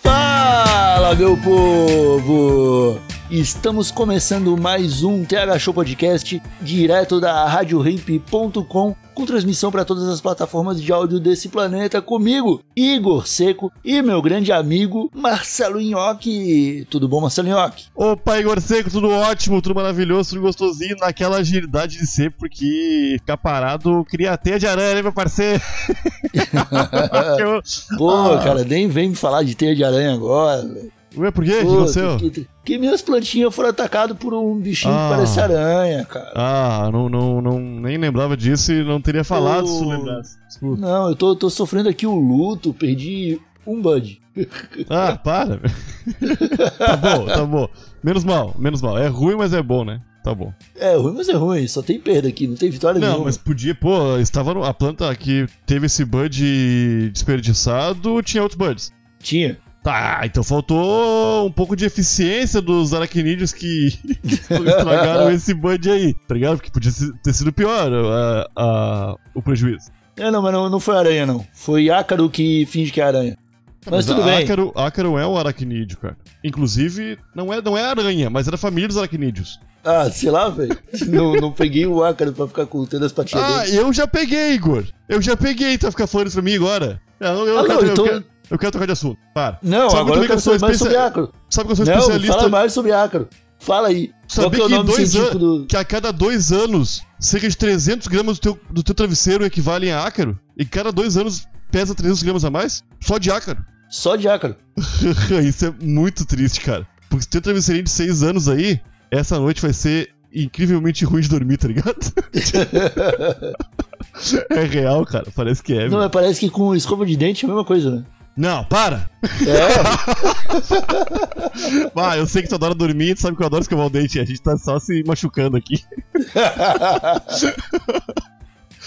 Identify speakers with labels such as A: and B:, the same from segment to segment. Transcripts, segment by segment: A: Fala, meu povo! Estamos começando mais um TH Show Podcast direto da RadioRimp.com com transmissão para todas as plataformas de áudio desse planeta comigo, Igor Seco e meu grande amigo Marcelo Nhoque. Tudo bom, Marcelo Nhoque?
B: Opa, Igor Seco, tudo ótimo, tudo maravilhoso, tudo gostosinho, naquela agilidade de ser, porque ficar parado cria teia de aranha, né, meu parceiro? Eu...
A: Pô,
B: Ah.
A: cara, nem vem me falar de teia de aranha agora. velho.
B: Ué, por quê? O que
A: Pô,
B: aconteceu?
A: que, que- que minhas plantinhas foram atacadas por um bichinho
B: Ah.
A: que parece aranha, cara.
B: Ah, não, não, não, nem lembrava disso e não teria falado se eu
A: O-
B: lembrasse. Desculpa.
A: Não, eu tô, tô sofrendo aqui o luto, perdi um bud.
B: Ah, para. tá bom, tá bom. Menos mal, menos mal. É ruim, mas é bom, né? Tá bom.
A: É ruim, mas é ruim. Só tem perda aqui, não tem vitória
B: Não,
A: nenhuma.
B: mas podia, pô, estava no- a planta que teve esse bud desperdiçado, tinha outros buds.
A: Tinha.
B: Tá, então faltou um pouco de eficiência dos aracnídeos que estragaram esse band aí, tá ligado? Porque podia se- ter sido pior a- a- o prejuízo.
A: É, não, mas não, não foi aranha, não. Foi ácaro que finge que é aranha. Mas, tudo
B: a
A: bem.
B: Ácaro, ácaro é um aracnídeo, cara. Inclusive, não é, não é aranha, mas é da família dos aracnídeos.
A: Ah, sei lá, velho. não, não peguei o ácaro pra ficar contando as patinhas
B: Ah,
A: dele.
B: eu já peguei, Igor. Eu já peguei, tá ficar falando isso pra mim agora. Não, eu,
A: Ah,
B: quero,
A: não,
B: eu
A: então-
B: quero- eu quero trocar de assunto. Para.
A: Não,
B: Sabe
A: agora
B: muito
A: eu
B: bem que eu
A: quero
B: sou
A: saber mais
B: especia-
A: sobre ácaro.
B: Sabe que eu sou
A: Não,
B: especialista
A: fala mais sobre ácaro. Fala aí. Qual
B: Sabia
A: que é o
B: que,
A: nome
B: dois
A: científico
B: an...
A: do...
B: que a cada dois anos, cerca de 300 gramas do teu, do teu travesseiro equivalem a ácaro? E cada dois anos pesa 300 gramas a mais? Só de ácaro.
A: Só de ácaro.
B: Isso é muito triste, cara. Porque se teu travesseirinho de 6 anos aí, essa noite vai ser incrivelmente ruim de dormir, tá ligado? é real, cara. Parece que é.
A: Não,
B: meu.
A: mas parece que com escova de dente é a mesma coisa, né?
B: Não, para!
A: É,
B: Ah, eu sei que tu adora dormir, tu sabe que eu adoro escovar o dente. A gente tá só se machucando aqui.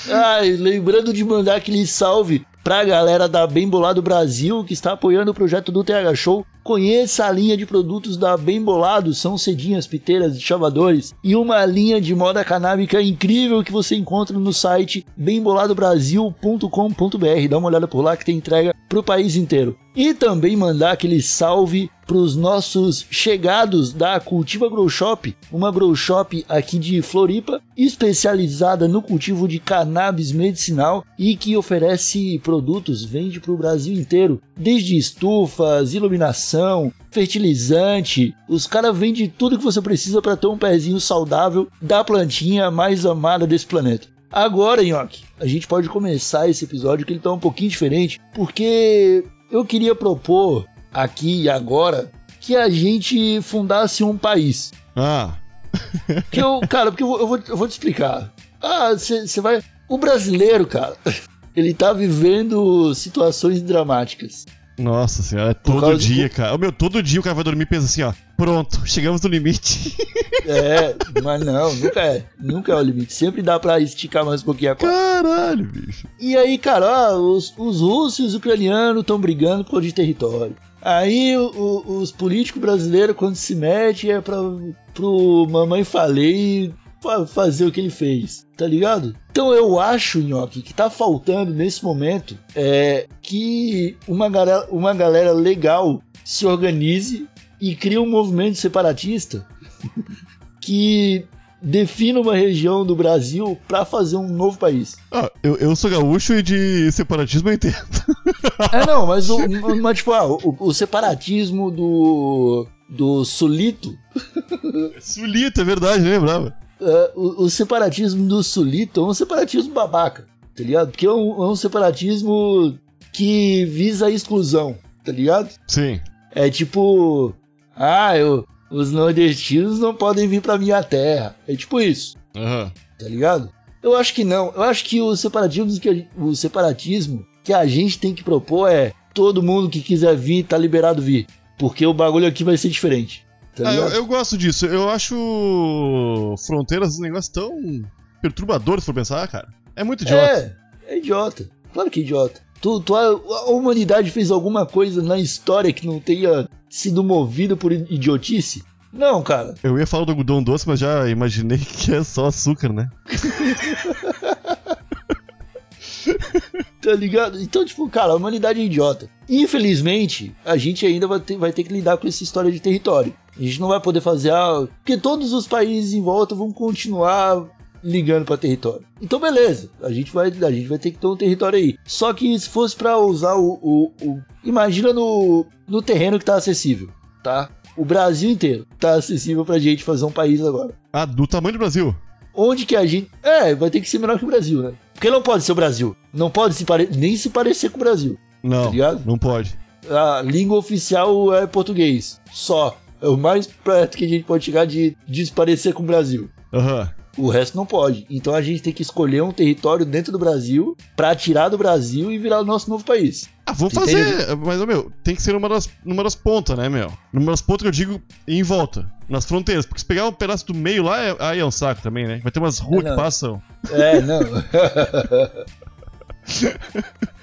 A: Ai, lembrando de mandar aquele salve pra galera da Bem Bolado Brasil que está apoiando o projeto do TH Show. Conheça a linha de produtos da Bem Bolado, são cedinhas, piteiras, chavadores e uma linha de moda canábica incrível que você encontra no site bemboladobrasil.com.br. Dá uma olhada por lá que tem entrega pro país inteiro. E também mandar aquele salve pros nossos chegados da Cultiva Grow Shop, uma grow shop aqui de Floripa, especializada no cultivo de cannabis medicinal e que oferece produtos, vende para o Brasil inteiro, desde estufas, iluminação, fertilizante. Os caras vendem tudo que você precisa para ter um pezinho saudável da plantinha mais amada desse planeta. Agora, Nhoque, a gente pode começar esse episódio que ele tá um pouquinho diferente, porque eu queria propor aqui e agora que a gente fundasse um país.
B: Ah,
A: Que eu, cara, porque eu, vou- eu vou, eu vou te explicar. Ah, você vai. O brasileiro, cara, ele tá vivendo situações dramáticas.
B: Nossa senhora, é
A: causa
B: todo
A: de-
B: dia, cara. Ô, Meu, todo dia o cara vai dormir e pensa assim, ó. Pronto, chegamos no limite.
A: É, mas não, nunca é. Nunca é o limite. Sempre dá pra esticar mais um pouquinho a corda.
B: Caralho, bicho.
A: E aí, cara, ó, os, os russos e os ucranianos estão brigando por de território. Aí o- o- os políticos brasileiros, quando se metem, é pra, pro mamãe falei fa- fazer o que ele fez, tá ligado? Então eu acho, Nhoque, que tá faltando nesse momento é que uma galera, uma galera legal se organize e crie um movimento separatista que defina uma região do Brasil pra fazer um novo país.
B: Ah, eu, eu sou gaúcho e de separatismo eu entendo.
A: É, não, mas, o, mas tipo, ah, o, o separatismo do, do sulito,
B: Sulito, é verdade, né, brava?
A: é, o, o separatismo do sulito é um separatismo babaca, tá ligado? Porque é um, é um separatismo que visa a exclusão, tá ligado?
B: Sim.
A: É tipo, ah, eu, os nordestinos não podem vir pra minha terra. É tipo isso,
B: Aham.
A: tá ligado? Eu acho que não. Eu acho que o separatismo que, a- o separatismo que a gente tem que propor é todo mundo que quiser vir, tá liberado vir. Porque o bagulho aqui vai ser diferente. Tá
B: Ah, eu,
A: ligado?
B: eu gosto disso. Eu acho fronteiras um negócio tão perturbador, se for pensar, cara. É muito idiota.
A: É, é idiota. Claro que é idiota. Tu, tu- a, a humanidade fez alguma coisa na história que não tenha sido movida por idiotice? Não, cara.
B: Eu ia falar do algodão doce, mas já imaginei que é só açúcar, né?
A: Tá ligado? Então, tipo, cara, a humanidade é idiota. Infelizmente, a gente ainda vai ter, vai ter que lidar com essa história de território. A gente não vai poder fazer. Ah, porque todos os países em volta vão continuar ligando pra território. Então, beleza. A gente vai, a gente vai ter que ter um território aí. Só que se fosse pra usar o. o- o- imagina no, no terreno que tá acessível, tá? O Brasil inteiro tá acessível pra gente fazer um país agora.
B: Ah, do tamanho do Brasil.
A: Onde que a gente. É, vai ter que ser menor que o Brasil, né? Porque não pode ser o Brasil. Não pode se pare... nem se parecer com o Brasil. Tá
B: Não,
A: ligado?
B: não pode.
A: A língua oficial é português. Só. É o mais perto que a gente pode chegar de desparecer com o Brasil.
B: Aham.
A: O resto não pode. Então a gente tem que escolher um território dentro do Brasil pra tirar do Brasil e virar o nosso novo país.
B: Ah, vou
A: Entendi.
B: fazer, mas, ô, meu, tem que ser numa das, numa das pontas, né, meu? Numa das pontas que eu digo em volta, nas fronteiras. Porque se pegar um pedaço do meio lá, é, aí é um saco também, né? Vai ter umas ruas
A: Não.
B: que passam.
A: É, não.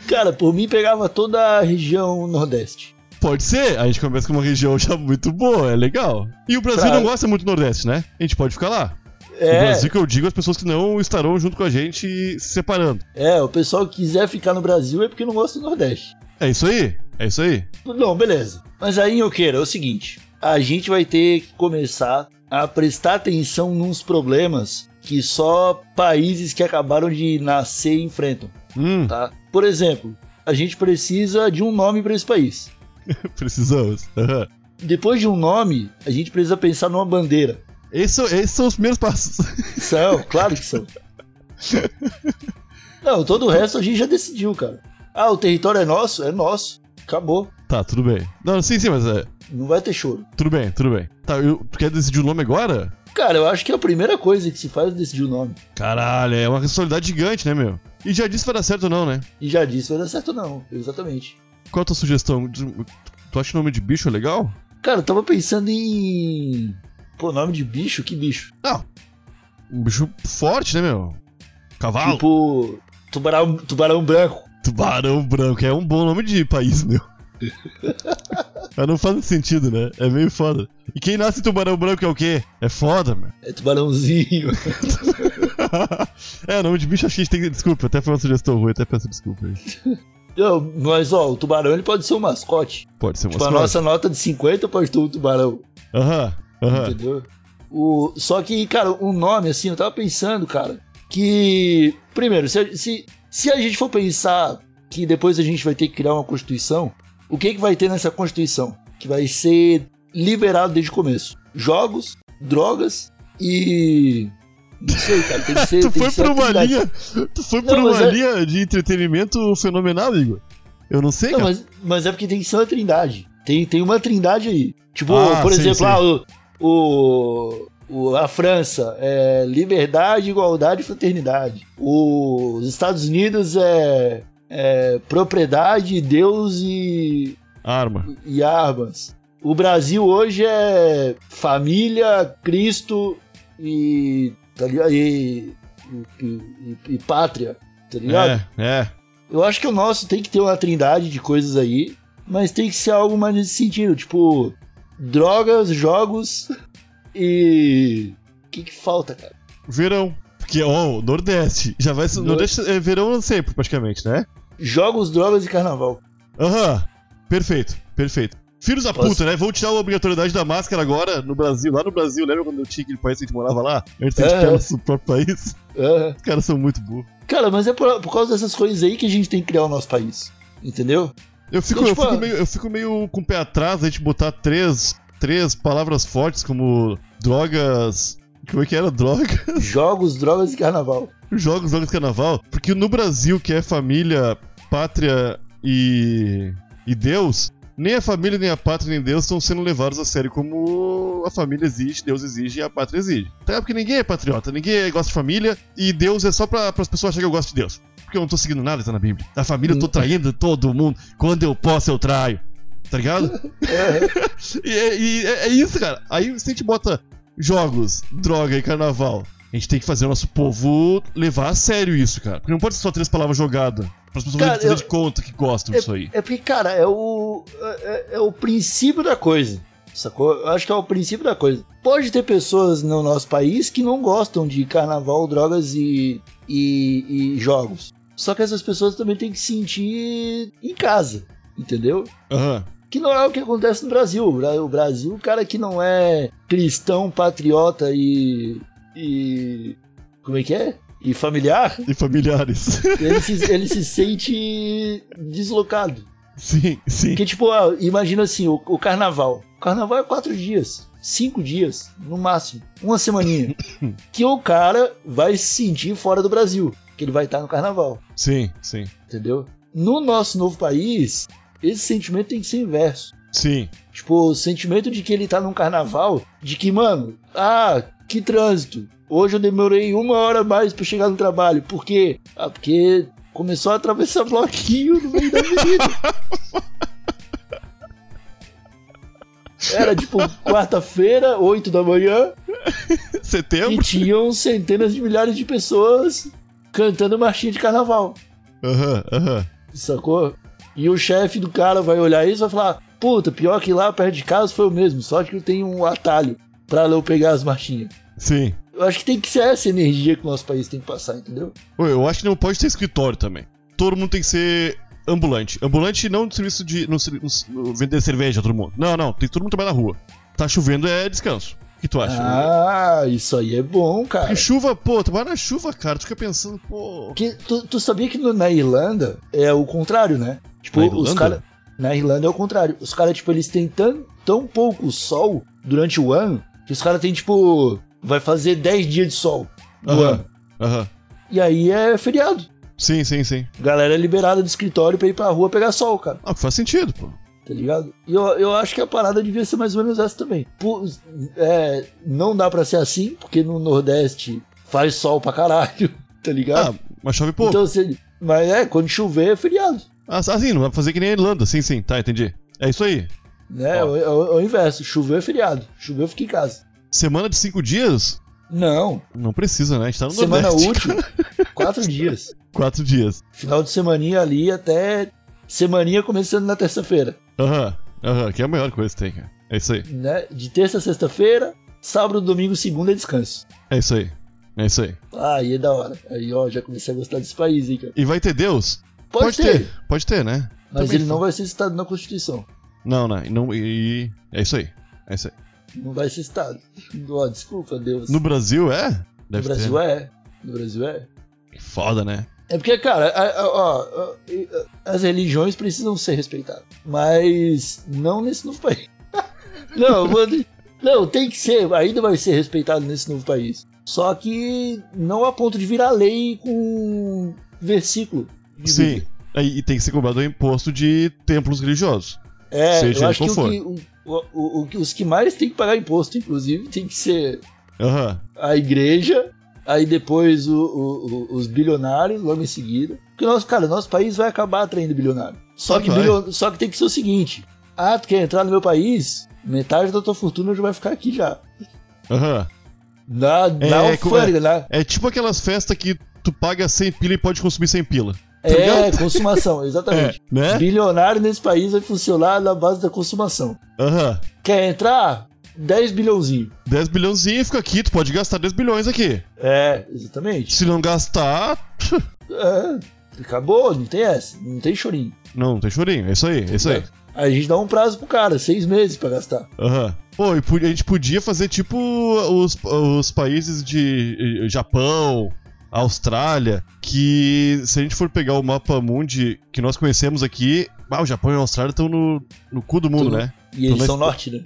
A: Cara, por mim pegava toda a região Nordeste.
B: Pode ser, a gente começa com uma região já muito boa, é legal. E o Brasil
A: Claro.
B: não gosta muito do Nordeste, né? A gente pode ficar lá. O
A: É,
B: Brasil que eu digo as pessoas que não estarão junto com a gente e se separando.
A: é, o pessoal que quiser ficar no Brasil é porque não gosta do Nordeste.
B: É isso aí, é isso aí.
A: Não, beleza. Mas aí, eu quero é o seguinte: a gente vai ter que começar a prestar atenção nos problemas que só países que acabaram de nascer enfrentam,
B: Hum,
A: tá? Por exemplo, a gente precisa de um nome para esse país.
B: precisamos. Aham.
A: Depois de um nome, a gente precisa pensar numa bandeira.
B: Esse- esses são os primeiros passos.
A: São, claro que são. Não, todo o resto a gente já decidiu, cara. Ah, o território é nosso? É nosso. Acabou.
B: tá, tudo bem. Não, sim, sim, mas é.
A: Não vai ter choro.
B: Tudo bem, tudo bem. Tá, eu- tu quer decidir o nome agora?
A: Cara, eu acho que a primeira coisa que se faz é decidir o nome.
B: Caralho, é uma responsabilidade gigante, né, meu? E já disse se vai dar certo ou não, né?
A: E já disse, vai dar certo não, exatamente.
B: Qual a tua sugestão? Tu tu acha o nome de bicho legal?
A: Cara, eu tava pensando em. Pô, nome de bicho? Que bicho?
B: Um bicho forte, né, meu? Cavalo?
A: Tipo. Tubarão, tubarão branco.
B: Tubarão branco é um bom nome de país, meu. Mas não faz sentido, né? É meio foda. E quem nasce em tubarão branco é o quê? É foda, meu.
A: É tubarãozinho.
B: é, nome de bicho acho que a gente tem que. Desculpa, até foi uma sugestão ruim, até peço desculpa aí.
A: Não, mas ó, o tubarão ele pode ser um mascote.
B: Pode ser uma
A: Tipo, a
B: sorte.
A: nossa nota de 50 pode ter um tubarão.
B: Aham, aham.
A: Entendeu? O, só que, cara, um nome assim, eu tava pensando, cara, que. Primeiro, se, a- se, se a gente for pensar que depois a gente vai ter que criar uma Constituição, o que, que vai ter nessa Constituição? Que vai ser liberado desde o começo: jogos, drogas e. Não sei, cara, tem que ser.
B: Tu
A: tem
B: foi
A: que ser
B: por uma
A: atividade.
B: linha. Tu foi
A: Não,
B: por uma
A: mas é-
B: linha de entretenimento fenomenal, Igor. Eu não sei,
A: Não,
B: cara.
A: mas, mas é porque tem que ser uma trindade. Tem, tem uma trindade aí. Tipo,
B: Ah,
A: por
B: sim,
A: exemplo,
B: sim.
A: ah, o, o- o- a França é liberdade, igualdade e fraternidade. Os Estados Unidos é, é propriedade, Deus e,
B: Arma.
A: e armas. O Brasil hoje é família, Cristo e, tá ligado? e, e, e- e pátria. Tá ligado?
B: É, é.
A: Eu acho que o nosso tem que ter uma trindade de coisas aí, mas tem que ser algo mais nesse sentido, tipo drogas, jogos e o que que falta, cara?
B: Verão. Porque, ó, o Nordeste. Já vai. ser-
A: Nor-
B: Nordeste é verão sempre, praticamente, né?
A: Jogos, drogas e carnaval.
B: Aham. Perfeito, perfeito. Filhos da
A: Posso-
B: puta, né? Vão tirar a obrigatoriedade da máscara agora no Brasil, lá no Brasil, lembra quando eu tinha aquele país que a gente morava lá? Antes da gente
A: É.
B: criar nosso próprio país.
A: Aham.
B: Os caras são muito burros.
A: Cara, mas é por, por causa dessas coisas aí que a gente tem que criar o nosso país, entendeu?
B: Eu fico,
A: Então,
B: eu
A: tipo,
B: fico
A: ah.
B: meio, eu fico meio com o pé atrás a gente botar três, três palavras fortes como drogas. Como é que era? Droga?
A: Jogos, drogas e carnaval.
B: Jogos, jogos de carnaval. Porque no Brasil, que é família, pátria e. e Deus, Nem a família, nem a pátria, nem Deus estão sendo levados a sério como a família exige, Deus exige e a pátria exige. Até porque ninguém é patriota, ninguém gosta de família e Deus é só para as pessoas acharem que eu gosto de Deus. Porque eu não tô seguindo nada, que tá na Bíblia. A família eu tô traindo todo mundo. Quando eu posso, eu traio. Tá ligado? E, é, e é- é isso, cara. Aí se a gente bota jogos, droga e carnaval, a gente tem que fazer o nosso povo levar a sério isso, cara. Porque não pode ser só três palavras jogadas. Para as pessoas
A: Cara,
B: fazerem
A: eu-
B: de conta que gostam disso aí.
A: É porque, cara, é o, é, é- é o princípio da coisa. Sacou? Eu acho que é o princípio da coisa. Pode ter pessoas no nosso país que não gostam de carnaval, drogas e, e, e jogos. Só que essas pessoas também têm que se sentir em casa, entendeu?
B: Aham.
A: Que não é o que acontece no Brasil. O Bra- O Brasil, o cara que não é cristão, patriota e. e. como é que é? E familiar,
B: E familiares.
A: ele se- ele se sente deslocado.
B: sim, sim.
A: Porque, tipo, ah, imagina assim, o, o carnaval. O carnaval é quatro dias, cinco dias, no máximo. Uma semaninha. que o cara vai se sentir fora do Brasil. Que ele vai estar no carnaval.
B: Sim, sim.
A: Entendeu? No nosso novo país, esse sentimento tem que ser inverso.
B: Sim.
A: Tipo, o sentimento de que ele tá num carnaval, de que, mano, ah, que trânsito. Hoje eu demorei uma hora a mais pra chegar no trabalho. Por quê? Ah, porque começou a atravessar bloquinho no meio da avenida. Era tipo quarta-feira, 8 da manhã, e
B: Setembro?
A: tinham centenas de milhares de pessoas cantando marchinha de carnaval.
B: Aham, aham.
A: Sacou? E o chefe do cara vai olhar isso e vai falar: Puta, pior que lá perto de casa foi o mesmo, só que eu tenho um atalho pra eu pegar as marchinhas.
B: Sim.
A: Eu acho que tem que ser essa energia que o nosso país tem que passar, entendeu?
B: Ô, Eu acho que não pode ter escritório também. Todo mundo tem que ser ambulante. Ambulante não no serviço de. No, ser- no- no- vender cerveja a todo mundo. Não, não. Tem que todo mundo trabalhar na rua. Tá chovendo é descanso. O que tu acha?
A: Ah, isso aí é bom, cara.
B: Porque chuva, pô, trabalhar na chuva, cara, tu fica pensando, pô.
A: Porque tu, tu sabia que no- na Irlanda é o contrário, né? Tipo,
B: Na
A: os
B: Irlanda?
A: caras. Na Irlanda é o contrário. Os caras, tipo, eles têm tão, tão pouco sol durante o ano que os caras têm, tipo, vai fazer 10 dias de sol no
B: Aham.
A: ano.
B: Aham.
A: E aí é feriado.
B: Sim, sim, sim.
A: Galera é liberada do escritório pra ir pra rua pegar sol, cara,
B: Ah, faz sentido, pô.
A: tá ligado? E eu, eu acho que a parada devia ser mais ou menos essa também. Pô, é, não dá pra ser assim, porque no Nordeste faz sol pra caralho, tá
B: Ah,
A: ligado?
B: mas chove pouco.
A: Então, assim, mas é, quando chover é feriado,
B: Ah, sim, não vai fazer que nem a Irlanda. Sim, sim, tá, entendi. É isso aí.
A: né? É o, é o- é o inverso, chover é feriado, chover fica em casa.
B: Semana de cinco dias?
A: Não,
B: Não precisa, né? A gente tá no
A: semana
B: Nordeste.
A: útil, quatro dias.
B: Quatro dias.
A: Final de semaninha ali até semaninha começando na terça-feira.
B: Aham, aham, que é a melhor coisa que tem, cara. É isso aí,
A: né? De terça a sexta-feira, sábado, domingo, segunda é descanso.
B: é isso aí, é isso aí.
A: Ah, aí é da hora. Aí, ó, já comecei a gostar desse país, hein, cara.
B: E vai ter Deus?
A: Pode, ter,
B: Pode ter, né?
A: mas
B: Também
A: ele não vai ser citado na Constituição.
B: Não, não, e não e, e- é isso aí. É isso aí.
A: Não vai ser citado. Ó, desculpa, Deus.
B: No Brasil é?
A: No Brasil é. No Brasil é.
B: é. Que foda, né?
A: É porque, cara, a- a- ó, a- as religiões precisam ser respeitadas. Mas não nesse novo país. não, mano, não, tem que ser, ainda vai ser respeitado nesse novo país. Só que não a ponto de virar lei com versículo. de
B: Sim.
A: Bíblia.
B: Aí, e tem que ser cobrado o imposto de templos religiosos.
A: É,
B: Seja
A: eu
B: ele
A: acho que,
B: qual
A: o que o- o- o que- os que mais tem que pagar imposto, inclusive, tem que ser
B: Aham.
A: a igreja, aí depois o- o- o- os bilionários, logo em seguida. Porque, nosso, cara, nosso país vai acabar atraindo bilionário. Só
B: Ah,
A: que,
B: vai.
A: bilio- só que tem que ser o seguinte: ah, tu quer entrar no meu país? Metade da tua fortuna já vai ficar aqui já.
B: Aham.
A: Na,
B: É,
A: na
B: como é?
A: alfândega, na-
B: É tipo aquelas festas que tu paga 100 pila e pode consumir 100 pila. Tá
A: É, consumação, exatamente.
B: Né?
A: Bilionário nesse país vai funcionar na base da consumação.
B: Aham.
A: Quer entrar? 10 bilhãozinho.
B: 10 bilhãozinho fica aqui, tu pode gastar 10 bilhões aqui.
A: É, exatamente.
B: Se não gastar.
A: É, acabou, não tem essa, não tem chorinho.
B: Não, não tem chorinho. É isso aí, é isso aí.
A: Aí a gente dá um prazo pro cara, seis meses pra gastar.
B: Aham. Pô, e po- a gente podia fazer tipo os, os países de eh, Japão, Austrália, que se a gente for pegar o mapa mundi que nós conhecemos aqui, ah, o Japão e a Austrália estão no, no cu do mundo,
A: Tudo.
B: né?
A: E eles
B: Mas-
A: são norte, né?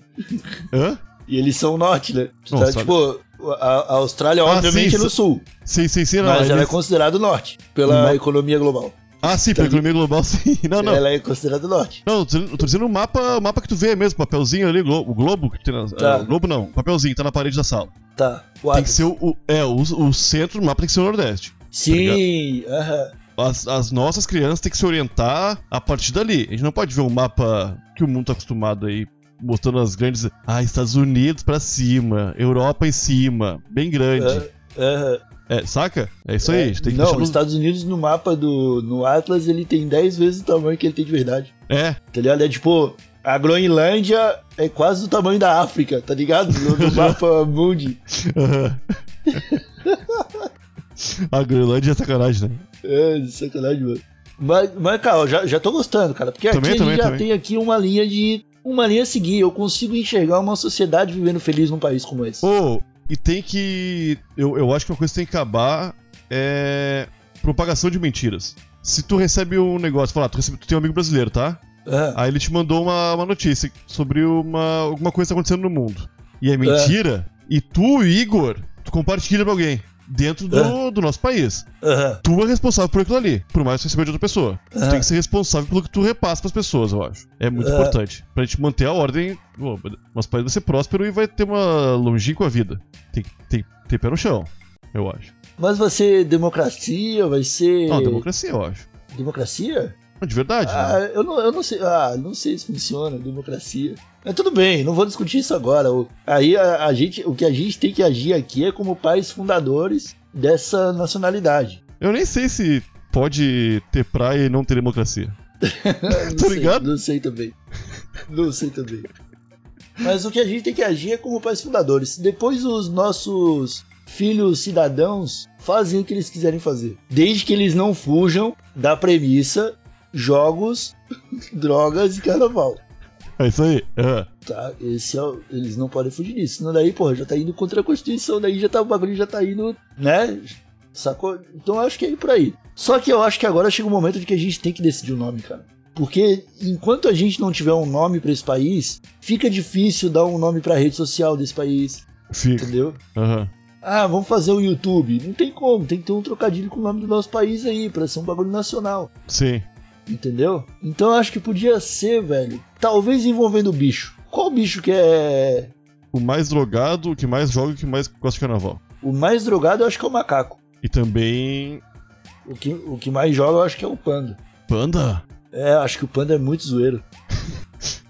B: Hã?
A: E eles são norte, né? Tu tá,
B: Nossa,
A: tipo, a, a Austrália, é
B: Ah,
A: obviamente,
B: sim,
A: é no sul,
B: Sim, sim, sim, não.
A: mas ela é
B: eles-
A: considerada norte pela
B: Não.
A: economia global.
B: Ah, sim, pela economia global, sim. Não, não.
A: Ela é considerada norte.
B: Não, eu tô eu tô dizendo o mapa, o mapa que tu vê mesmo, o papelzinho ali, glo- o globo que tem na,
A: Tá.
B: ah, o globo não, o papelzinho que tá na parede da sala.
A: Tá.
B: Tem
A: Quatro.
B: que ser o, o- é, o, o centro do mapa tem que ser o Tá nordeste.
A: Sim. aham.
B: As, as nossas crianças têm que se orientar a partir dali. A gente não pode ver um mapa que o mundo tá acostumado aí mostrando as grandes, ah, Estados Unidos pra cima, Europa em cima, bem grande.
A: Aham.
B: É, saca? É isso aí, a gente tem que
A: não,
B: deixar
A: os
B: nos-
A: Estados Unidos no mapa do no Atlas ele tem 10 vezes o tamanho que ele tem de verdade.
B: É,
A: Tá ligado? É tipo, a Groenlândia é quase do tamanho da África, tá ligado? No, no mapa mundi.
B: Aham. A Groenlândia é sacanagem, né?
A: É, de sacanagem, mano. Mas, mas cara, eu já, já tô gostando, cara. Porque
B: Também,
A: aqui a
B: também,
A: gente já
B: também.
A: tem aqui uma linha de. Uma linha a seguir. Eu consigo enxergar uma sociedade vivendo feliz num país como esse.
B: Ô, e tem que. Eu, eu acho que uma coisa que tem que acabar é. propagação de mentiras. Se tu recebe um negócio, fala, tu, recebe- tu tem um amigo brasileiro, tá?
A: Ah,
B: Aí ele te mandou uma, uma notícia sobre uma, alguma coisa que tá acontecendo no mundo. E é mentira. E tu, Igor, tu compartilha pra alguém. Dentro
A: É.
B: do, do nosso país.
A: aham,
B: Tu é responsável por aquilo ali, por mais que recebeu de outra pessoa. Tu
A: aham.
B: tem que ser responsável pelo que tu repassa pras pessoas, eu acho. É muito
A: É.
B: importante. Pra gente manter a ordem, pô, nosso país vai ser próspero e vai ter uma longínqua vida. Tem que tem, que ter pé no chão, eu acho.
A: Mas vai ser democracia, vai ser.
B: Não, democracia, eu acho.
A: Democracia?
B: Não, de verdade.
A: Ah,
B: né?
A: eu não, eu não sei. Ah, não sei se funciona, democracia. Mas tudo bem, não vou discutir isso agora. O- Aí a, a gente, o que a gente tem que agir aqui é como pais fundadores dessa nacionalidade.
B: Eu nem sei se pode ter praia e não ter democracia.
A: Não
B: Tá
A: sei,
B: ligado?
A: Não sei também. Não sei também. Mas o que a gente tem que agir é como pais fundadores. Depois os nossos filhos cidadãos fazem o que eles quiserem fazer. Desde que eles não fujam da premissa jogos, drogas e carnaval.
B: É isso aí. É.
A: Tá, esse é o- eles não podem fugir disso. Senão daí, porra, já tá indo contra a Constituição, daí já tá, o bagulho já tá indo, né? Sacou? Então eu acho que é ir por aí. Só que eu acho que agora chega o momento de que a gente tem que decidir o nome, cara. Porque enquanto a gente não tiver um nome pra esse país, fica difícil dar um nome pra rede social desse país,
B: Fica.
A: entendeu?
B: Aham.
A: Ah, vamos fazer o YouTube. Não tem como, tem que ter um trocadilho com o nome do nosso país aí, pra ser um bagulho nacional.
B: Sim.
A: Entendeu? Então eu acho que podia ser, velho. Talvez envolvendo o bicho. Qual bicho que é
B: O mais drogado, o que mais joga e o que mais gosta de carnaval.
A: O mais drogado eu acho que é o macaco.
B: E também.
A: O que, o que mais joga eu acho que é o panda.
B: Panda?
A: É, eu acho que o panda é muito zoeiro.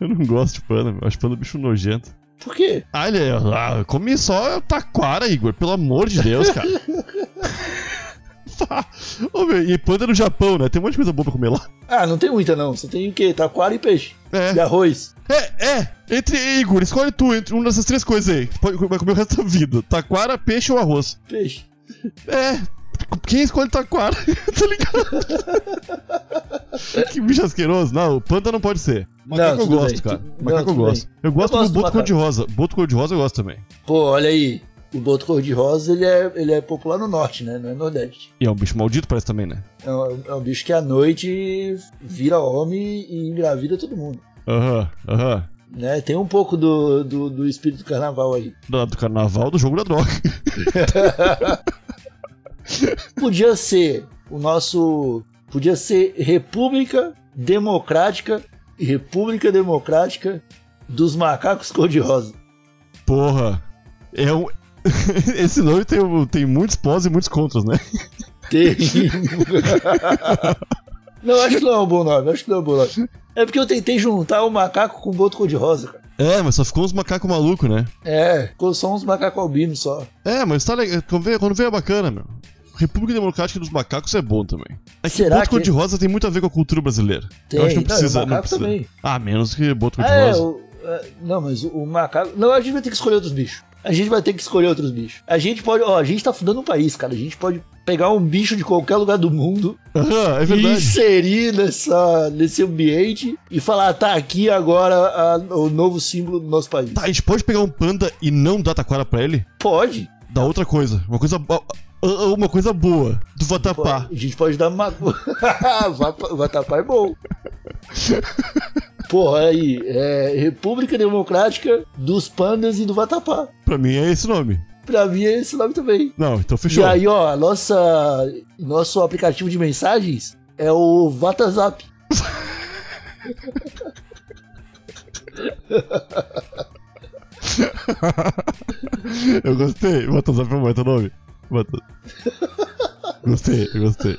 B: Eu não gosto de panda, eu acho panda bicho nojento.
A: Por quê?
B: Ah, ele é- ah, eu comi só taquara, Igor, pelo amor de Deus, cara. Pá. Ô, meu, e panda é no Japão, né? Tem um monte de coisa boa pra comer lá.
A: Ah, não tem muita não. Você tem o quê? Taquara e peixe. E
B: É,
A: arroz.
B: é, é. Entre, Ei, Igor, escolhe tu entre uma dessas três coisas aí. Tu pode- vai comer o resto da vida: taquara, peixe ou arroz.
A: Peixe.
B: É, quem escolhe taquara? tá ligado? que bicho asqueroso. Não, o panda não pode ser. Macaco eu
A: tudo
B: gosto,
A: bem,
B: cara.
A: tu- não,
B: Macaco eu
A: tudo
B: gosto.
A: Eu
B: Eu gosto do
A: gosto do
B: boto
A: macaco.
B: cor-de-rosa. Boto cor-de-rosa eu gosto também.
A: Pô, olha aí. O boto cor-de-rosa, ele é, ele é popular no norte, né? Não é nordeste.
B: E é um bicho maldito, parece também, né?
A: É um, é um bicho que à noite vira homem e engravida todo mundo.
B: Aham, aham.
A: Né? Tem um pouco do, do, do espírito do carnaval aí.
B: da- do carnaval do jogo da droga.
A: Podia ser o nosso. Podia ser República Democrática e República Democrática dos Macacos Cor-de-Rosa.
B: Porra. É um. Esse nome tem, um- tem muitos pós e muitos contras, né?
A: Tem. não, acho que não é um bom nome. Acho que não é um bom nome. É porque eu tentei juntar o macaco com o boto cor-de-rosa, cara.
B: É, mas só ficou uns macacos malucos, né?
A: É, ficou só uns macacos albinos só.
B: É, mas tá legal. Quando vê, quando vê é bacana, meu. República Democrática dos Macacos é bom também. É que
A: Será
B: Boto
A: que-
B: Cor-de-Rosa tem muito a ver com a cultura brasileira.
A: Tem.
B: Eu acho que não precisa.
A: o
B: não
A: macaco
B: precisa.
A: também.
B: Ah, menos que Boto
A: Ah, é,
B: Cor-de-Rosa.
A: o- é, não, mas o, o macaco. Não, a gente vai ter que escolher outros bichos. A gente vai ter que escolher outros bichos. A gente pode. Ó, a gente tá fundando um país, cara. A gente pode pegar um bicho de qualquer lugar do mundo
B: Aham, é
A: e
B: verdade.
A: inserir nessa, nesse ambiente e falar, tá aqui agora a- o novo símbolo do nosso país.
B: Tá, a gente pode pegar um panda e não dar taquara pra ele?
A: Pode.
B: Dá outra coisa. Uma coisa. bo- ah, Uma coisa boa. Do Vatapá.
A: pode. A gente pode dar uma. Vapa- Vatapá é bom. Porra, aí. É República Democrática dos Pandas e do Vatapá.
B: Pra mim é esse nome.
A: Pra mim é esse nome também.
B: Não, então
A: E
B: fechou.
A: aí, ó, a nossa, nosso aplicativo de mensagens É o Vatazap.
B: Eu gostei. Motozap é um baita nome. Moto- Gostei, gostei.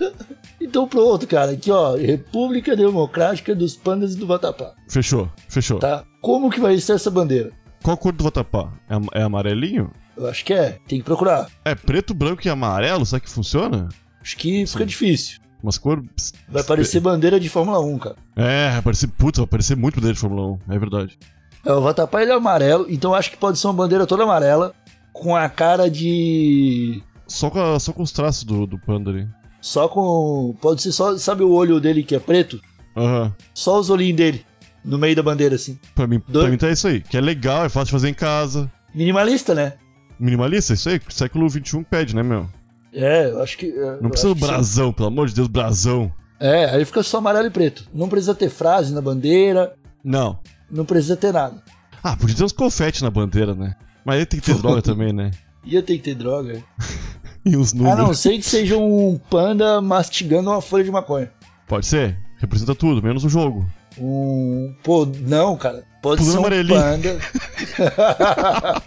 A: Então pronto, cara. Aqui, ó. República Democrática dos Pandas e do Vatapá.
B: Fechou, fechou.
A: Tá? Como que vai ser essa bandeira?
B: Qual a cor do Vatapá? É, am- é amarelinho?
A: Eu acho que é. Tem que procurar.
B: É preto, branco e amarelo? Será que funciona?
A: Acho que fica difícil.
B: Umas cores.
A: Vai parecer bandeira de Fórmula 1, cara.
B: É, vai parecer. Puta, vai parecer muito poder de Fórmula 1, é verdade.
A: É, o Vatapá ele é amarelo, então acho que pode ser uma bandeira toda amarela, com a cara de.
B: Só com, a- só com os traços do, do panda ali.
A: Só com. Pode ser só. Sabe o olho dele que é preto?
B: Aham.
A: Só os olhinhos dele, no meio da bandeira, assim.
B: Pra, mim,
A: Dois-
B: pra mim tá isso aí. Que é legal, é fácil de fazer em casa.
A: Minimalista, né?
B: Minimalista, é isso aí. que o Século XXI pede, né, meu?
A: É, eu acho que. é, eu
B: Não precisa
A: acho
B: do
A: que sim.
B: brasão, pelo amor de Deus, brasão.
A: É, aí fica só amarelo e preto. Não precisa ter frase na bandeira,
B: Não.
A: não precisa ter nada.
B: Ah, podia ter uns confetes na bandeira, né? Mas aí tem que ter droga também, né?
A: Ia ter que ter droga.
B: E uns
A: A
B: números.
A: Ah, não ser que seja um panda mastigando uma folha de maconha.
B: Pode ser? Representa tudo, menos o jogo.
A: Um. Pô, não, cara. Pode
B: Pulando
A: ser um
B: amarelinho.
A: panda.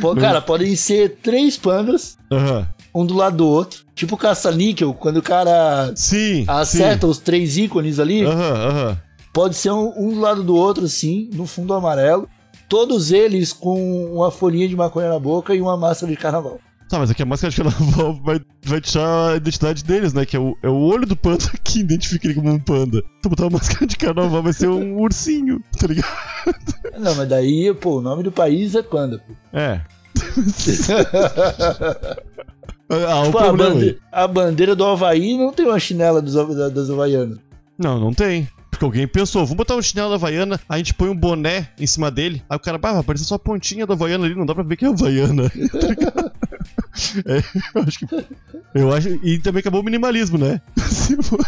A: Pô, cara, podem ser três pandas,
B: Aham.
A: um do lado do outro. Tipo caça-níquel, quando o cara
B: Sim.
A: acerta os três ícones ali,
B: sim. Aham, aham.
A: pode ser um, um do lado do outro, assim, no fundo amarelo. Todos eles com uma folhinha de maconha na boca e uma máscara de carnaval.
B: Tá, mas aqui a máscara de carnaval vai, vai deixar a identidade deles, né? Que é o, é o olho do panda que identifica ele como um panda. Tu botar uma máscara de carnaval vai ser um ursinho, tá ligado?
A: Não, mas daí, pô, o nome do país é panda. Pô.
B: É. ah, o
A: Pô, Tipo, a,
B: problema aí.
A: bande- a bandeira do Havaí não tem uma chinela dos, da- das havaianas.
B: Não, não tem. Porque alguém pensou, vamos botar um chinelo da Havaiana, a gente põe um boné em cima dele, aí o cara, bah, vai aparecer só a pontinha da Havaiana ali, não dá pra ver que é Havaiana. Tá ligado? é, eu acho que. Eu acho. E também acabou o minimalismo, né? Se for-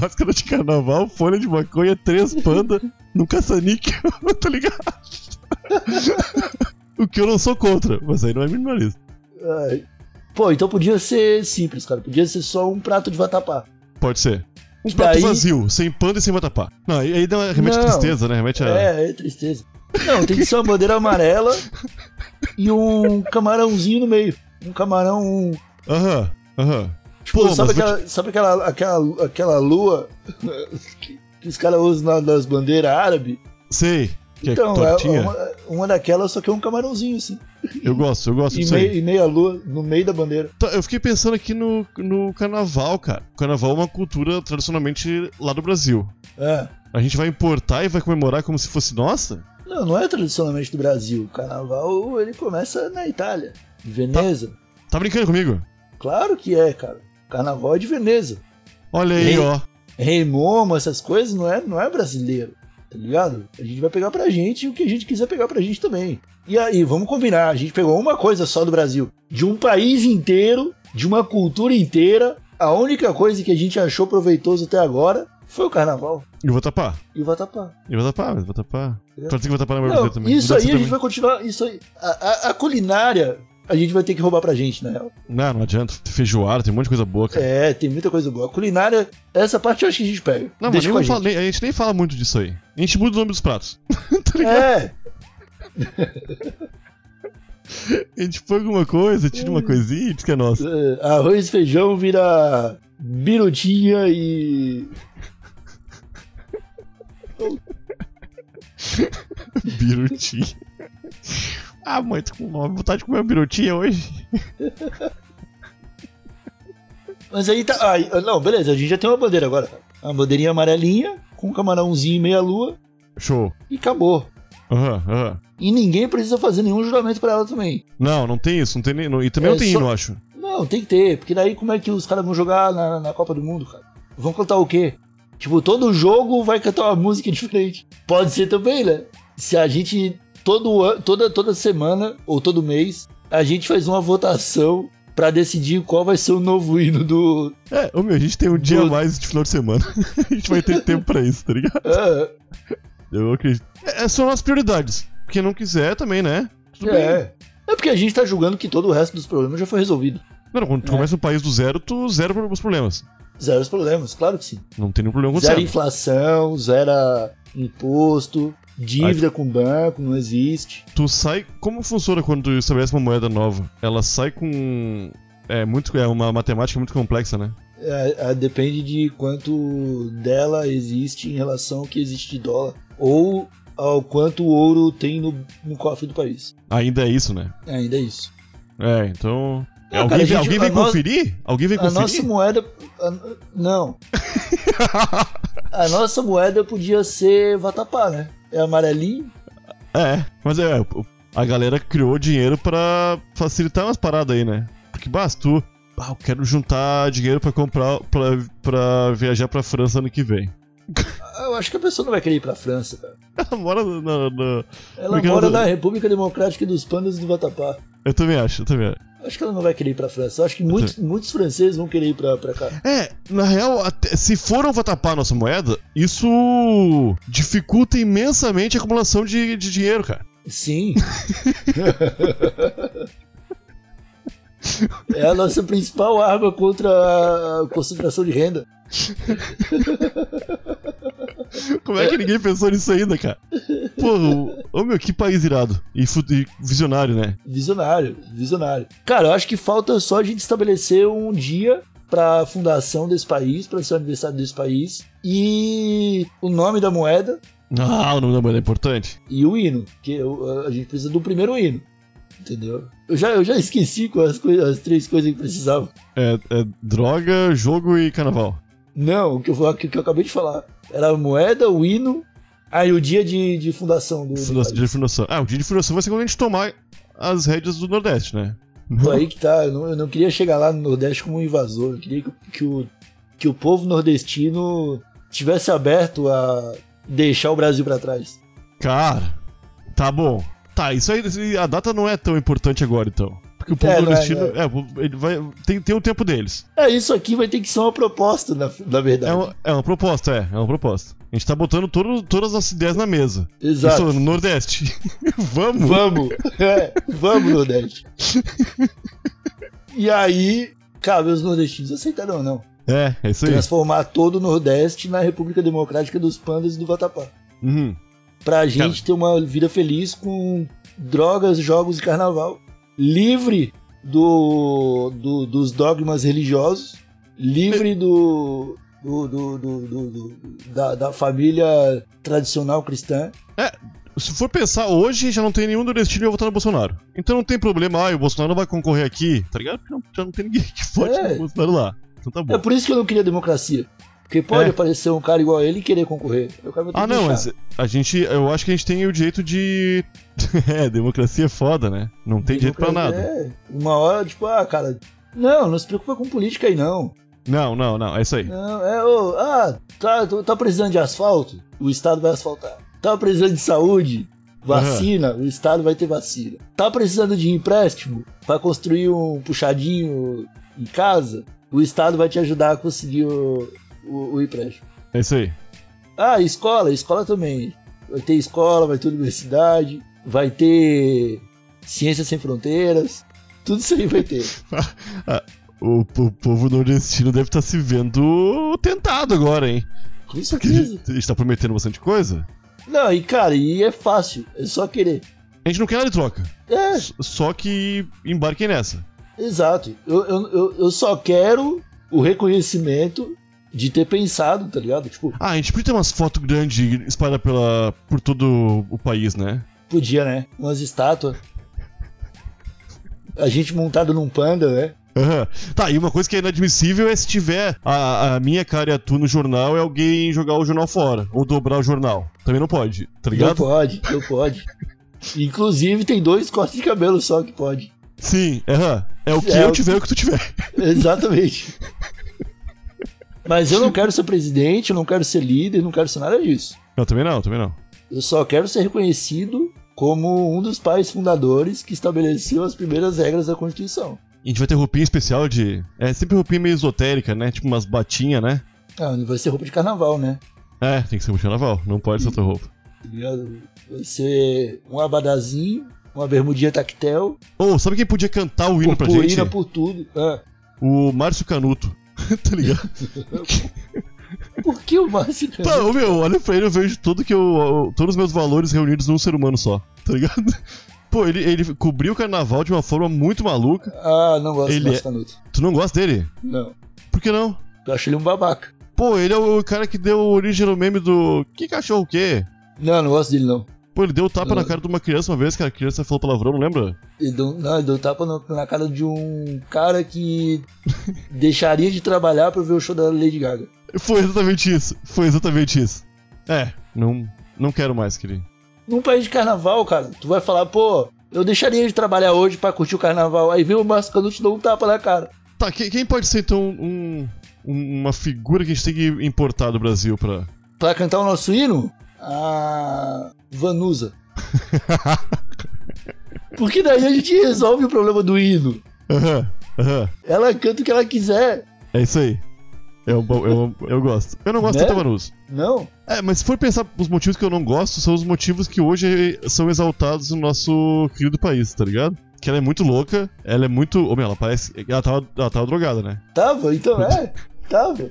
B: Máscara de carnaval, folha de maconha, três panda, num caça-níquel, tá ligado? o que eu não sou contra, mas aí não é minimalista.
A: Ai. Pô, então podia ser simples, cara. Podia ser só um prato de vatapá.
B: Pode ser. Um
A: Que
B: prato
A: daí-
B: vazio, sem panda e sem vatapá. Não, aí aí dá- remete à
A: Não.
B: tristeza, né? Remete a.
A: É, é tristeza. Não, tem que ser uma bandeira amarela e um camarãozinho no meio. Um camarão.
B: Aham, aham.
A: Pô, sabe,
B: mas vou
A: aquela, sabe aquela, aquela, aquela lua que, que os caras usam na- nas bandeiras árabes?
B: te- Sei. Que é
A: então, é
B: tortinha.
A: uma, uma daquelas, só que é um camarãozinho, assim.
B: Eu gosto, eu gosto
A: E,
B: disso
A: meio-
B: aí.
A: e meia lua no meio da bandeira.
B: Tá, Eu fiquei pensando aqui no, no carnaval, cara. O carnaval é uma cultura tradicionalmente lá do Brasil.
A: É.
B: A gente vai importar e vai comemorar como se fosse nossa?
A: Não, não é tradicionalmente do Brasil. O carnaval ele começa na Itália, em Veneza.
B: Tá brincando comigo?
A: Claro que é, cara. Carnaval é de Veneza.
B: Olha aí,
A: Ei.
B: ó.
A: Rei Momo, essas coisas não é, não é brasileiro, tá ligado? A gente vai pegar pra gente o que a gente quiser pegar pra gente também. E aí, vamos combinar, a gente pegou uma coisa só do Brasil, de um país inteiro, de uma cultura inteira. A única coisa que a gente achou proveitoso até agora foi o carnaval
B: Eu vou tapar.
A: e o vatapá.
B: Eu vou tapar, eu vou tapar.
A: Entendeu?
B: Pode ser que eu vou tapar na minha
A: É. Não,
B: brasileira também.
A: isso
B: Mudança
A: aí a gente
B: também.
A: vai continuar. Isso aí. A, a- a culinária a gente vai ter que roubar pra gente, na real.
B: Não, não adianta. Feijoada, tem um monte de coisa boa, cara.
A: É, tem muita coisa boa. A culinária, essa parte eu acho que a gente pega.
B: Não, mas
A: Deixa
B: nem
A: com a
B: vou
A: gente.
B: falar- nem- a gente nem fala muito disso aí. A gente muda o nome dos pratos. tá
A: É,
B: A gente põe alguma coisa, tira
A: Hum.
B: uma coisinha e diz que é nossa.
A: é, arroz e feijão vira birutinha e.
B: Birutinha. Ah, mãe, tô com vontade de comer uma birutinha hoje.
A: Mas aí tá. aí- não, beleza, a gente já tem uma bandeira agora. Uma bandeirinha amarelinha, com um camarãozinho e meia-lua,
B: Show.
A: e acabou.
B: Aham, aham.
A: E ninguém precisa fazer nenhum juramento pra ela também.
B: Não, não tem isso, não tem nem. não- e também
A: É
B: não tem
A: só-
B: hino, eu acho.
A: Não, tem que ter, porque daí como é que os caras vão jogar na, na Copa do Mundo, cara? Vão cantar o quê? Tipo, todo jogo vai cantar uma música diferente. Pode ser também, né? Se a gente, todo ano, toda, toda semana ou todo mês, a gente faz uma votação pra decidir qual vai ser o novo hino do...
B: É, ô meu, a gente tem um dia a
A: Do-
B: mais de final de semana. a gente vai ter tempo pra isso, tá ligado?
A: Ah,
B: Eu acredito. É, é, são as prioridades. Quem não quiser também, né? Tudo bem.
A: é. é porque a gente tá julgando que todo o resto dos problemas já foi resolvido.
B: Não, quando tu começa um país do zero, tu zero pro- os problemas.
A: Zero os problemas, claro que sim.
B: Não tem nenhum problema com
A: zero
B: zero.
A: inflação, zero imposto, dívida com banco, não existe.
B: Tu sai. Como funciona quando tu estabelece uma moeda nova? Ela sai com. É muito. É uma matemática muito complexa, né?
A: É, é, depende de quanto dela existe em relação ao que existe de dólar. Ou ao quanto o ouro tem no, no cofre do país.
B: Ainda é isso, né?
A: Ainda é isso.
B: É, então.
A: Não,
B: alguém,
A: cara, a gente-
B: alguém vem
A: a nós-
B: conferir? Alguém vem
A: A
B: conferir?
A: nossa moeda. a- não. A nossa moeda podia ser vatapá, né? É amarelinho.
B: É, mas é, o- a galera criou dinheiro pra facilitar umas paradas aí, né? Porque basta tu, ah, eu quero juntar dinheiro pra comprar pra, pra viajar pra França ano que vem.
A: Ah, Eu acho que a pessoa não vai querer ir pra França, cara.
B: Ela mora no, no- no-
A: Ela
B: Porque
A: mora
B: eu-
A: na República Democrática dos Pandas do Vatapá.
B: Eu também acho, eu também acho.
A: Acho que ela não vai querer ir pra França. Eu acho que muitos, muitos franceses vão querer ir pra, pra cá.
B: É, na real, até- se foram vatapar a nossa moeda, isso dificulta imensamente a acumulação de, de dinheiro, cara.
A: Sim. é a nossa principal arma contra a concentração de renda.
B: Como é que ninguém pensou nisso ainda, cara? Pô, ô- ô meu, que país irado. E, fu- e visionário, né?
A: Visionário, visionário. Cara, eu acho que falta só a gente estabelecer um dia pra fundação desse país, pra ser o aniversário desse país, e o nome da moeda
B: Ah, o nome da moeda é importante.
A: e o hino, que eu- a gente precisa do primeiro hino, entendeu? Eu já, eu já esqueci quais as, coi- as três coisas que precisava.
B: É, é droga, jogo e carnaval.
A: Não, o que, eu, o que eu acabei de falar era a moeda, o hino, aí o dia de, de fundação do, do
B: Fundação,
A: país.
B: dia de fundação. Ah, o dia de fundação vai ser quando a gente tomar as rédeas do Nordeste, né?
A: Pô, aí que tá, eu não, eu não queria chegar lá no Nordeste como um invasor, eu queria que, que o, que o povo nordestino tivesse aberto a deixar o Brasil pra trás.
B: Cara, tá bom. Tá, isso aí, esse- a data não é tão importante agora, então. Porque o povo
A: É, não é,
B: nordestino.
A: não
B: É, o povo- ele vai. Tem, tem o tempo deles.
A: É, isso aqui vai ter que ser uma proposta, na, na verdade.
B: É uma, é uma proposta, é. É uma proposta. A gente tá botando todo, todas as ideias na mesa.
A: Exato.
B: Isso, é um no Nordeste. Vamos!
A: Vamos, é, vamos, Nordeste. e aí, cabe os nordestinos aceitaram ou não?
B: É, é isso aí.
A: Transformar todo o Nordeste na República Democrática dos Pandas e do Vatapá.
B: Uhum.
A: pra gente ter uma vida feliz com drogas, jogos e carnaval, livre do, do- dos dogmas religiosos, livre do, do- do- do- do- do- da, da família tradicional cristã.
B: Se for pensar hoje, já não tem nenhum nordestino que vai votar no Bolsonaro. Então não tem problema, ah, o Bolsonaro não vai concorrer aqui, tá ligado? Porque não, já não tem ninguém que vote
A: É.
B: no Bolsonaro lá. Então tá
A: É
B: bom.
A: por isso que eu não queria democracia. Porque pode
B: É.
A: aparecer um cara igual a ele e querer concorrer. Eu quero
B: Ah, não,
A: deixar.
B: mas a gente. Eu acho que a gente tem o direito de. é, democracia é foda, né? Não tem direito pra nada.
A: É, uma hora, tipo, ah, cara, não, não se preocupa com política aí, não.
B: Não, não, não, é isso aí.
A: Não, é, ô, ah, tá, tô- tá precisando de asfalto? O Estado vai asfaltar. Tá precisando de saúde? Vacina? O Estado vai ter vacina. Tá precisando de empréstimo? Pra construir um puxadinho em casa? O Estado vai te ajudar a conseguir o, o, o empréstimo.
B: É isso aí.
A: Ah, escola? Escola também. Vai ter escola, vai ter universidade, vai ter ciência sem fronteiras. Tudo isso aí vai ter.
B: O, o povo nordestino deve estar se vendo tentado agora, hein?
A: Com
B: Porque a
A: certeza.
B: gente, a gente tá prometendo bastante coisa.
A: Não, e cara, e é fácil. É só querer.
B: A gente não quer nada de troca.
A: É,
B: S- Só que embarquem nessa.
A: Exato. Eu, eu, eu, eu só quero o reconhecimento de ter pensado, tá ligado? Tipo,
B: Ah, a gente podia ter umas fotos grandes espalhadas pela, por todo o país, né?
A: podia, né? Umas estátuas. A gente montado num panda, né?
B: Aham. Tá, e uma coisa que é inadmissível é se tiver a, a minha cara e a tu no jornal é alguém jogar o jornal fora, ou dobrar o jornal. Também não pode, tá
A: Não
B: ligado?
A: pode, não pode. Inclusive tem dois cortes de cabelo só que pode.
B: Sim, aham. É o que
A: É,
B: eu
A: o-
B: tiver e o que tu tiver.
A: Exatamente. Mas eu não quero ser presidente, eu não quero ser líder, não quero ser nada disso.
B: Não, também não, também não.
A: Eu só quero ser reconhecido como um dos pais fundadores que estabeleceu as primeiras regras da Constituição.
B: A gente vai ter roupinha especial de. É sempre roupinha meio esotérica, né? Tipo umas batinhas, né?
A: Ah, vai ser roupa de carnaval, né?
B: É, tem que ser um carnaval, não pode ser outra roupa.
A: Tá ligado? Vai ser um abadazinho, uma bermudinha tactel,
B: Ou sabe quem podia cantar o hino pra gente?
A: purpurina por tudo. Ah,
B: O Márcio Canuto. tá ligado?
A: por que o Márcio Canuto?
B: Pá, ô, É meu, olha pra ele, eu vejo tudo que eu, eu- Todos os meus valores reunidos num ser humano só, tá ligado? Pô, ele, ele cobriu o carnaval de uma forma muito maluca.
A: Ah, não gosto
B: Ele
A: do Márcio
B: é-
A: Canuto.
B: Tu não gosta dele?
A: Não.
B: Por que não?
A: Eu acho ele um babaca.
B: Pô, ele é o cara que deu origem no meme do. Que cachorro o quê?
A: Não, não gosto dele, não.
B: Pô, ele deu um tapa
A: Ah.
B: na cara de uma criança uma vez, que a criança falou palavrão, não lembra?
A: Ele deu, um, não, ele deu tapa no- na cara de um cara que deixaria de trabalhar pra ver o show da Lady Gaga.
B: Foi exatamente isso. Foi exatamente isso. É, não, não quero mais, querido.
A: Num país de carnaval, cara, tu vai falar, pô, eu deixaria de trabalhar hoje pra curtir o carnaval. Aí vem o Márcio Canuto e te dá um tapa na cara.
B: Tá, que- quem pode ser então um, um- uma figura que a gente tem que importar do Brasil pra.
A: Pra cantar o nosso hino? A Vanusa. Porque daí a gente resolve o problema do hino.
B: Aham, aham.
A: Ela canta o que ela quiser.
B: É isso aí. É um bom- é um- eu gosto. Eu não gosto
A: Né?
B: tanto da Vanusa.
A: Não?
B: É, mas se for pensar os motivos que eu não gosto, são os motivos que hoje são exaltados no nosso querido país, tá ligado? Que ela é muito louca, ela é muito. Ou ela parece. Ela tava, ela tava drogada, né?
A: Tava, então é. Tava.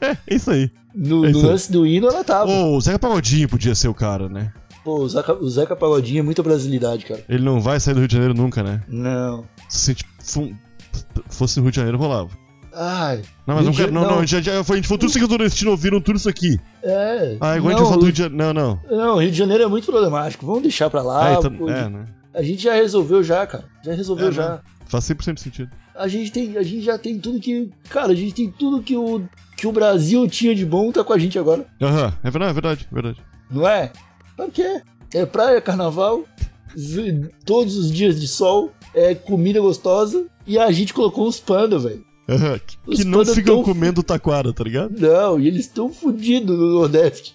B: É isso aí.
A: No, no
B: É isso aí.
A: lance do hino ela tava.
B: Ou o Zeca Pagodinho podia ser o cara, né?
A: Pô, o Zeca, o Zeca Pagodinho é muita brasilidade, cara.
B: Ele não vai sair do Rio de Janeiro nunca, né?
A: Não.
B: Se tipo, fum- fosse no Rio de Janeiro, rolava.
A: Ai.
B: Não, mas
A: Rio
B: não
A: de
B: quero. Não,
A: Janeiro-
B: não, a gente já, já foi, a gente falou tudo isso que os nordestinos ouviram tudo isso aqui.
A: É.
B: Ah, agora a gente
A: não,
B: fala do Rio de Janeiro. Não, não.
A: não, Rio de Janeiro é muito problemático. Vamos deixar pra lá.
B: Ah, então,
A: pô.
B: é, né?
A: A gente já resolveu já, cara. Já resolveu
B: É,
A: já.
B: né? Faz 100% de sentido.
A: A gente tem, a gente já tem tudo que, cara, a gente tem tudo que o que o Brasil tinha de bom tá com a gente agora,
B: Aham, é verdade, é verdade, é verdade.
A: não é? Pra quê? É praia, carnaval, z- todos os dias de sol, é comida gostosa e a gente colocou uns panda, velho.
B: Aham, que-
A: Os
B: Que não
A: panda
B: ficam
A: tão-
B: comendo taquara, tá ligado?
A: Não, e eles estão fodidos no Nordeste.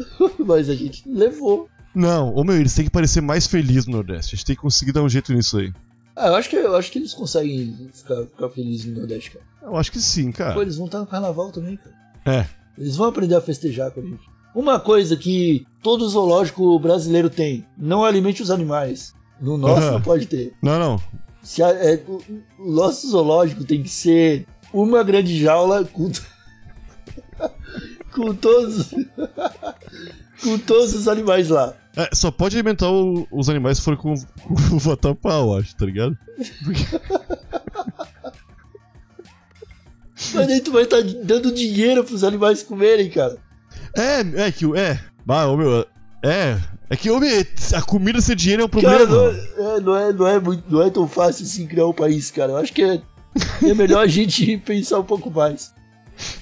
A: Mas a gente levou.
B: Não, ô meu, eles têm que parecer mais felizes no Nordeste. A gente tem que conseguir dar um jeito nisso aí.
A: Ah, eu acho que, eu acho que eles conseguem ficar, ficar felizes no Nordeste, cara.
B: Eu acho que sim,
A: Pô,
B: cara.
A: eles vão estar no carnaval também, cara.
B: É.
A: Eles vão aprender a festejar com a gente. Uma coisa que todo zoológico brasileiro tem: não alimente os animais. No nosso
B: Aham.
A: não pode ter.
B: Não, não.
A: Se a- é, o, o nosso zoológico tem que ser uma grande jaula com, to- com todos com todos os animais lá.
B: É, só pode alimentar o- os animais se for com, com o vatapá, eu acho, tá ligado?
A: Mas aí tu vai estar dando dinheiro pros animais comerem, cara.
B: É, é que o. É. Bah, ô meu. É. É que, ô meu, a comida sem dinheiro é um
A: Cara,
B: problema.
A: não é, é, não, é, não, é muito- não é tão fácil assim criar um país, cara. Eu acho que é, é melhor a gente pensar um pouco mais.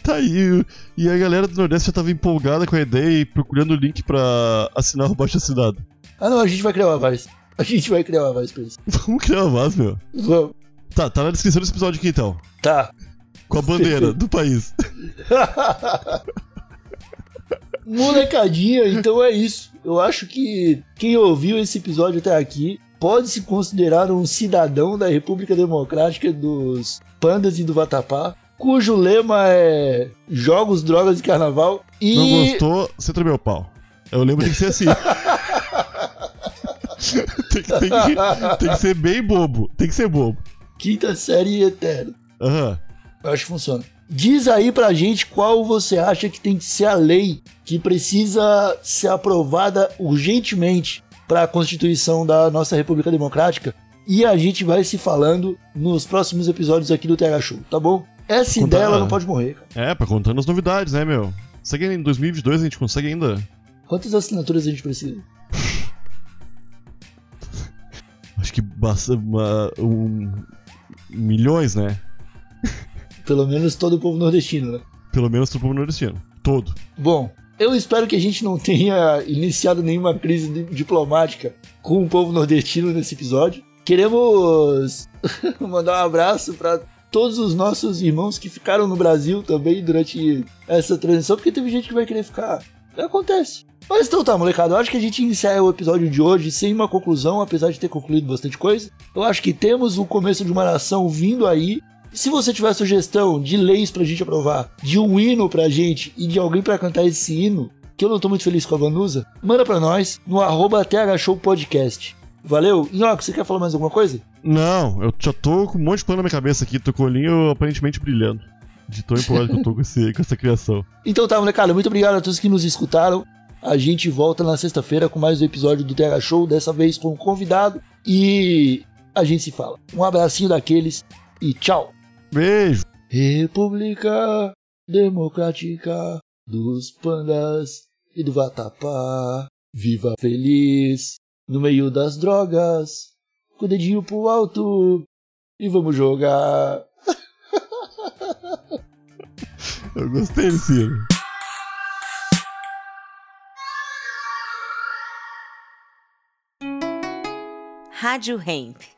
B: Tá aí. E a galera do Nordeste já tava empolgada com a ideia e procurando o link pra assinar o Baixo Assinado.
A: Ah, não, a gente vai criar uma voz. A gente vai criar uma voz pra isso.
B: Vamos criar uma base, meu.
A: Vamos.
B: Tá, tá na descrição desse episódio aqui então.
A: Tá.
B: Com a bandeira do país.
A: Molecadinha, então é isso. Eu acho que quem ouviu esse episódio até aqui pode se considerar um cidadão da República Democrática dos Pandas e do Vatapá, cujo lema é Jogos, Drogas e Carnaval. E
B: Não gostou, você tremeu o pau. Eu lembro que tem que ser assim. tem, que, tem que- tem que ser bem bobo. Tem que ser bobo.
A: quinta série eterna.
B: Aham.
A: Eu acho que funciona. Diz aí pra gente qual você acha que tem que ser a lei que precisa ser aprovada urgentemente pra Constituição da nossa República Democrática. E a gente vai se falando nos próximos episódios aqui do TH Show, tá bom? Essa
B: Contar-
A: ideia ela não pode morrer. cara.
B: É, pra contando as novidades, né, meu? Será que em 2022 a gente consegue ainda?
A: Quantas assinaturas a gente precisa?
B: Acho que basta uma- um, milhões, né?
A: Pelo menos todo o povo nordestino, né?
B: Pelo menos pro povo nordestino. Todo.
A: Bom, eu espero que a gente não tenha iniciado nenhuma crise di- diplomática com o povo nordestino nesse episódio. Queremos mandar um abraço para todos os nossos irmãos que ficaram no Brasil também durante essa transição, porque teve gente que vai querer ficar. Acontece. Mas então tá, molecada, eu acho que a gente encerra o episódio de hoje sem uma conclusão, apesar de ter concluído bastante coisa. Eu acho que temos o começo de uma nação vindo aí, se você tiver sugestão de leis pra gente aprovar, de um hino pra gente e de alguém pra cantar esse hino, que eu não tô muito feliz com a Vanusa, manda pra nós no arroba thshowpodcast. Valeu? Nhoque, você quer falar mais alguma coisa?
B: Não, eu já tô com um monte de plano na minha cabeça aqui, tô com o olhinho aparentemente brilhando. De tão empolgado que eu tô com, esse- com essa criação.
A: Então tá, molecada, muito obrigado a todos que nos escutaram. A gente volta na sexta-feira com mais um episódio do TH Show, dessa vez com um convidado. E a gente se fala. Um abracinho daqueles e tchau!
B: Beijo!
A: República Democrática dos Pandas e do Vatapá. Viva feliz no meio das drogas, com o dedinho pro alto e vamos jogar.
B: Eu gostei desse hino.
C: Rádio Hemp.